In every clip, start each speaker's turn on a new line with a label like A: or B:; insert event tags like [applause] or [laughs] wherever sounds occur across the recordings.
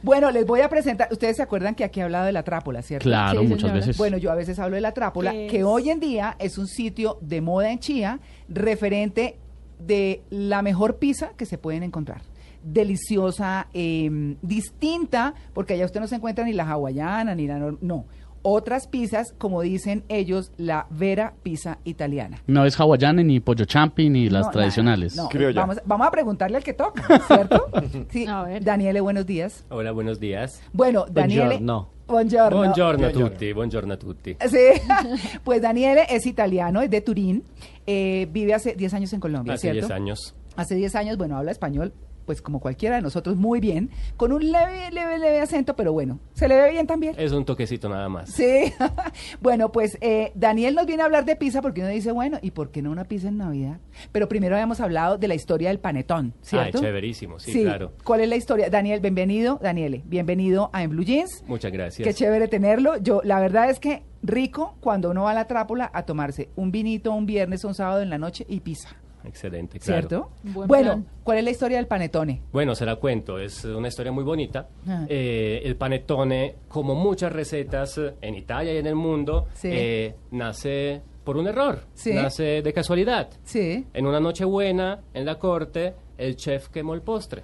A: Bueno, les voy a presentar. Ustedes se acuerdan que aquí he hablado de la trápola, ¿cierto?
B: Claro,
C: Sí,
B: muchas
C: señora.
B: veces.
A: Bueno, yo a veces hablo de la trápola,
C: ¿Qué
A: que
C: es?
A: hoy en día es un sitio de moda en Chía, referente de la mejor pizza que se pueden encontrar. Deliciosa, eh, distinta, porque allá usted no se encuentra ni la hawaiana, ni la... nor- No, otras pizzas, como dicen ellos, la vera pizza italiana.
B: no es hawaiana ni pollo champi ni las
A: No,
B: tradicionales.
A: nada, no.
D: Criolla.
A: Vamos, vamos a preguntarle al que toca,
B: [laughs]
A: ¿cierto? Sí,
C: A ver.
A: Daniele, buenos días.
E: Hola, buenos días.
A: Bueno, Daniele...
E: Buongiorno.
A: Buongiorno. Eh,
E: Buongiorno a tutti, buongiorno a tutti.
A: Sí, [laughs] pues Daniele es italiano, es de Turín, eh, vive hace 10 años en Colombia,
E: Hace
A: ¿cierto?
E: 10 años.
A: Hace 10 años, bueno, habla español, pues como cualquiera de nosotros, muy bien, con un leve, leve, leve acento, pero bueno, se le ve bien también.
E: Es un toquecito nada más.
A: Sí, [laughs] bueno, pues eh, Daniel nos viene a hablar de pizza porque uno dice, bueno, ¿y por qué no una pizza en Navidad? Pero primero habíamos hablado de la historia del panetón, ¿cierto?
E: Ah, chéverísimo, sí, claro.
A: ¿Cuál es la historia? Daniel, bienvenido, Daniele, bienvenido a En Blue Jeans.
E: Muchas gracias.
A: Qué chévere tenerlo. Yo, la verdad es que rico cuando uno va a la trápola a tomarse un vinito un viernes o un sábado en la noche y pizza,
E: Excelente, claro.
A: ¿cierto?
C: Buen
A: bueno,
C: plan.
A: ¿cuál es la historia del panetone?
E: Bueno, se la cuento, es una historia muy bonita.
A: Ah.
E: Eh, el panettone, como muchas recetas eh, en Italia y en el mundo,
A: Sí.
E: eh, nace por un error,
A: Sí.
E: nace de casualidad.
A: Sí.
E: En una noche buena, en la corte, el chef quemó el postre.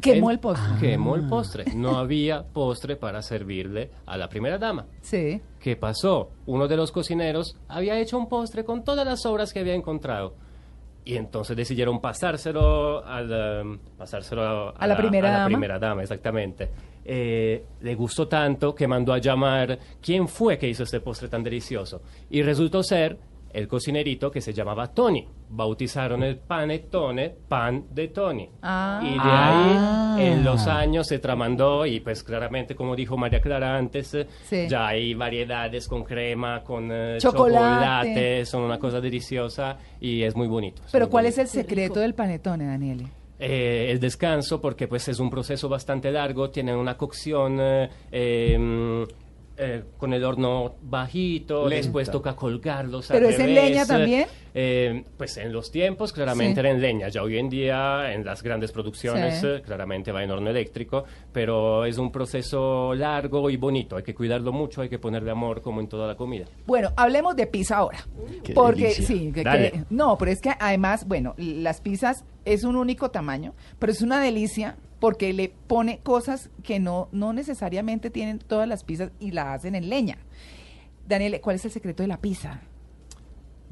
A: Quemó
E: En-
A: el postre.
E: Quemó el postre. No había postre para servirle a la primera dama.
A: Sí.
E: ¿Qué pasó? Uno de los cocineros había hecho un postre con todas las obras que había encontrado. Y entonces decidieron pasárselo, al, em, pasárselo a,
A: la primera dama.
E: primera dama, exactamente. Eh, le gustó tanto que mandó a llamar quién fue que hizo este postre tan delicioso. Y resultó ser el cocinerito que se llamaba Tony. Bautizaron el panettone pan de Tony.
A: Ah.
E: Y de
B: Ah.
E: ahí en los años se tramandó y pues claramente como dijo María Clara antes, eh,
A: Sí.
E: ya hay variedades con crema, con eh,
A: Chocolate.
E: chocolate. son una cosa deliciosa y es muy bonito. es
A: Pero
E: muy
A: ¿cuál es
E: bonito.
A: el secreto del panetone, Daniele?
E: Eh, el descanso, porque pues es un proceso bastante largo, tienen una cocción eh, eh, mm, eh, con el horno bajito,
D: Lenta.
E: después toca colgarlos. al
A: ¿Pero es en
E: revés,
A: leña
E: eh,
A: también?
E: eh, pues en los tiempos claramente
A: Sí.
E: era en leña, ya hoy en día en las grandes producciones
A: Sí.
E: eh, claramente va en horno eléctrico, pero es un proceso largo y bonito, hay que cuidarlo mucho, hay que ponerle amor como en toda la comida.
A: Bueno, hablemos de pizza ahora.
B: Qué
A: porque
B: delicia.
A: sí, que-
E: Dale.
A: que- no, pero es que además, bueno, las pizzas es un único tamaño, pero es una delicia porque le pone cosas que no no necesariamente tienen todas las pizzas y la hacen en leña. Daniel, ¿cuál es el secreto de la pizza?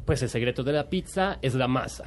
E: Pues el secreto de la pizza es la masa.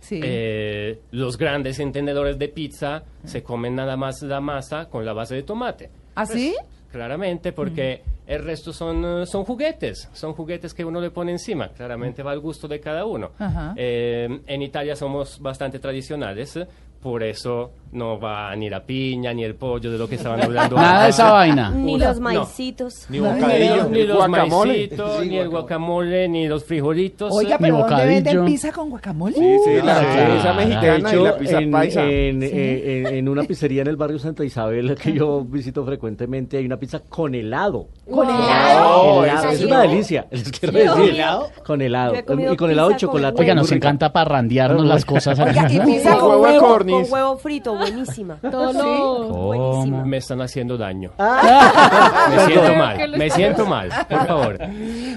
A: Sí.
E: Eh, los grandes entendedores de pizza se comen nada más la masa con la base de tomate. Pues,
A: ¿Ah, sí? Mm.
E: Claramente, porque el resto son, eh, son juguetes, son juguetes que uno le pone encima, claramente
A: Mm.
E: va al gusto de cada uno.
A: Ajá.
E: Eh, en Italia somos bastante tradicionales, eh, por eso no va ni la piña, ni el pollo, de lo que estaban
B: [laughs]
E: hablando
B: Nada de
E: antes.
B: esa vaina.
F: Ni
E: Una-
F: los
E: no.
F: maicitos.
D: Ni
E: Ni los,
D: bocadillo,
E: ni
D: ni
E: los
D: guacamole.
E: maicitos, ni el guacamole, ni los frijolitos.
A: Oiga,
B: eh, mi
A: pero ¿dónde venden
B: bocadillo.
A: pizza con guacamole?
D: Sí, sí, la
B: claro.
D: cerveza
B: Claro.
G: De
D: mexicana y
G: hecho,
D: la pizza
G: en,
D: paisa.
G: en- eh, en- en una pizzería en el barrio Santa Isabel que yo
F: [laughs]
G: visito frecuentemente hay una pizza con helado.
A: Con
F: Wow.
A: helado.
F: Oh,
G: Helado,
F: ¿en
G: es
F: serio?
G: una delicia, [laughs] les quiero
F: Yo he
G: decir.
F: comido-
G: Con helado.
F: yo he comido
G: Y con helado de
F: pizza con
G: chocolate.
B: Oiga,
F: huevo.
B: nos
G: Muy rica.
B: encanta parrandearnos las cosas.
A: Oiga, y pizza
D: Con
A: con
D: huevo de
A: huevo.
D: cornis.
F: Con huevo frito, buenísima. [laughs]
C: Todo lo-
B: ¿Cómo?
E: Me están haciendo daño.
A: Ah.
E: [laughs] Me
G: Perdón.
E: siento
A: [laughs]
C: Creo que
E: mal,
C: lo
E: me
C: estás-
E: siento mal, por favor.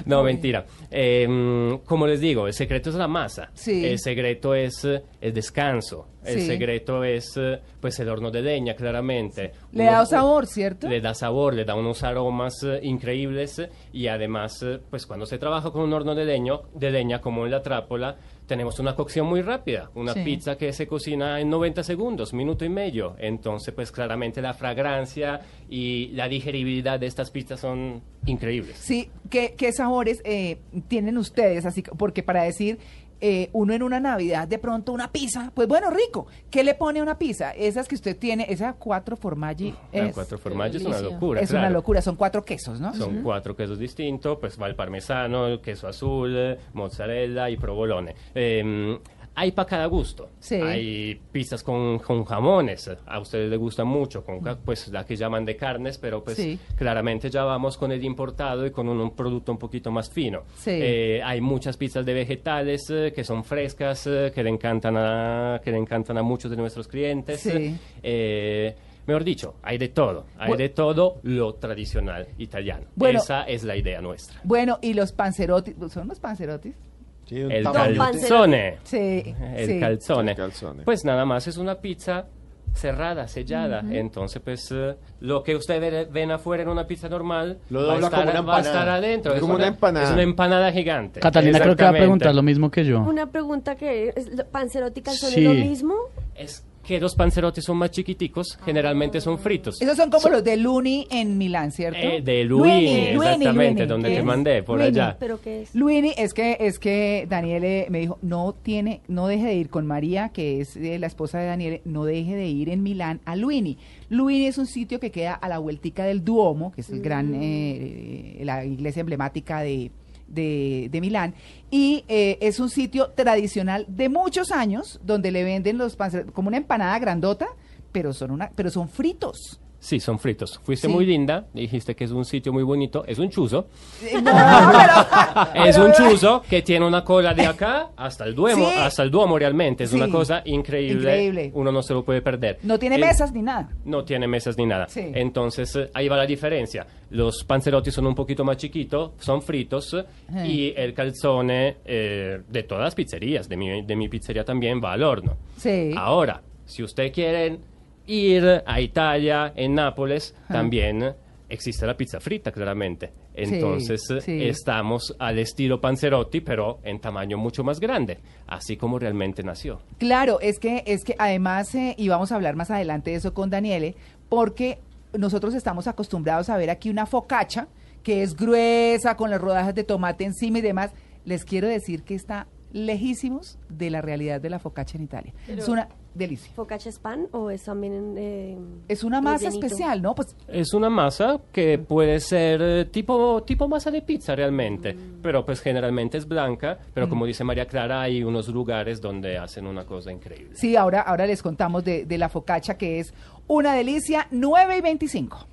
E: No, mentira. Eh, mm, como les digo, el secreto es la masa.
A: Sí.
E: El secreto es eh, el descanso. El
A: Sí.
E: secreto es eh, pues el horno de leña, claramente.
A: Le
E: Uno-
A: da sabor, ¿cierto?
E: Le da sabor, le da unos aromas eh, increíbles eh, y además, eh, pues cuando se trabaja con un horno de, leño, de leña como en la trápola, tenemos una cocción muy rápida, una
A: Sí.
E: pizza que se cocina en 90 segundos, minuto y medio. Entonces, pues claramente la fragrancia y la digeribilidad de estas pizzas son increíbles.
A: Sí, ¿qué, qué sabores eh, tienen ustedes? Así que- porque para decir eh, uno en una Navidad de pronto una pizza, pues bueno, rico. ¿Qué le pone a una pizza? Esas que usted tiene, esas cuatro formaggi
E: Las
A: es,
E: Ah, cuatro formaggio es una
C: delicia.
E: locura.
A: es una
E: claro.
A: locura, son cuatro quesos, ¿no?
E: Son cuatro quesos distintos, pues va el parmesano, el queso azul, eh, mozzarella y provolone. Eh, hay para cada gusto.
A: Sí.
E: Hay pizzas con, con jamones, a ustedes les gustan mucho, con ca- pues la que llaman de carnes, pero pues
A: Sí.
E: claramente ya vamos con el importado y con un, un producto un poquito más fino.
A: Sí.
E: Eh, hay muchas pizzas de vegetales eh, que son frescas, eh, que le encantan a, que le encantan a muchos de nuestros clientes.
A: Sí.
E: Eh, Mejor dicho, hay de todo. Hay
A: Bu-
E: de todo lo tradicional italiano.
A: Bueno.
E: Esa es la idea nuestra.
A: Bueno, y los panzerotis, ¿son los panzerotis?
C: Sí, un
E: El
C: tamañote.
F: Panzer-
E: calzone.
A: Sí,
E: El
A: sí.
E: calzone.
C: El calzone.
E: Pues nada más es una pizza cerrada, sellada. Entonces, pues eh, lo que usted ve- ven afuera en una pizza normal
C: Lo
E: va, a
C: dobla
E: estar,
C: como una
E: va a estar
C: empanada.
E: adentro.
C: Es como una empanada.
E: Es una empanada gigante.
B: Catalina creo que va a
E: Exactamente.
B: preguntar lo mismo que yo.
F: Una pregunta que es, ¿lo- ¿Panzerotti y calzone
B: Sí.
F: lo mismo?
E: Es que los panzerotti son más
A: Ah.
E: chiquiticos, generalmente son fritos.
A: Esos son como los de Luni en Milán, ¿cierto?
E: Eh, de Luini,
A: Luini,
E: exactamente,
A: Luini.
E: donde
F: ¿Qué
E: te
F: es?
E: mandé, por
A: Luini.
E: allá.
F: ¿Pero qué es?
A: Luini, es que, es que Daniele me dijo, no tiene, no deje de ir con María, que es eh, la esposa de Daniele, no deje de ir en Milán a Luini. Luini es un sitio que queda a la vueltica del Duomo, que es el gran, eh, eh, la iglesia emblemática de, de, de Milán, y eh, es un sitio tradicional de muchos años, donde le venden los panzer, como una empanada grandota, pero son una, pero son
E: [laughs]
A: fritos.
E: Sí, son fritos. Fuiste
A: Sí.
E: muy linda, dijiste que es un sitio muy bonito. Es un chuzo.
A: Eh, no, pero-
E: Es
A: pero-
E: un chuzo que tiene una cola de acá hasta el duomo,
A: Sí.
E: hasta el duomo realmente. Es
A: Sí.
E: una cosa increíble.
A: Increíble.
E: Uno no se lo puede perder.
A: No tiene
E: Eh,
A: mesas ni nada.
E: No tiene mesas ni nada.
A: Sí.
E: Entonces eh, ahí va la diferencia. Los panzerotti son un poquito más chiquitos, son fritos
A: Ajá.
E: y el calzone eh, de todas las pizzerías, de mi, de mi pizzería también, va al horno.
A: Sí.
E: Ahora, si ustedes quieren ir a Italia, en Nápoles, también existe la pizza frita, claramente. Entonces
A: Sí, sí.
E: estamos al estilo Panzerotti, pero en tamaño mucho más grande, así como realmente nació.
A: Claro, es que, es que además, eh, y vamos a hablar más adelante de eso con Daniele, porque nosotros estamos acostumbrados a ver aquí una focacha que es gruesa, con las rodajas de tomate encima y demás. Les quiero decir que está lejísimos de la realidad de la focacha en Italia. es una delicia.
F: ¿Focaccia es pan o es también eh,
A: Es una masa
F: rellenito?
A: especial, ¿no? Pues
E: Es una masa que puede ser eh, tipo, tipo masa de pizza realmente,
A: Mm.
E: pero pues generalmente es blanca, pero como dice María Clara, hay unos lugares donde hacen una cosa increíble.
A: sí, ahora, ahora les contamos de, de la focacha que es una delicia, 9 y 25.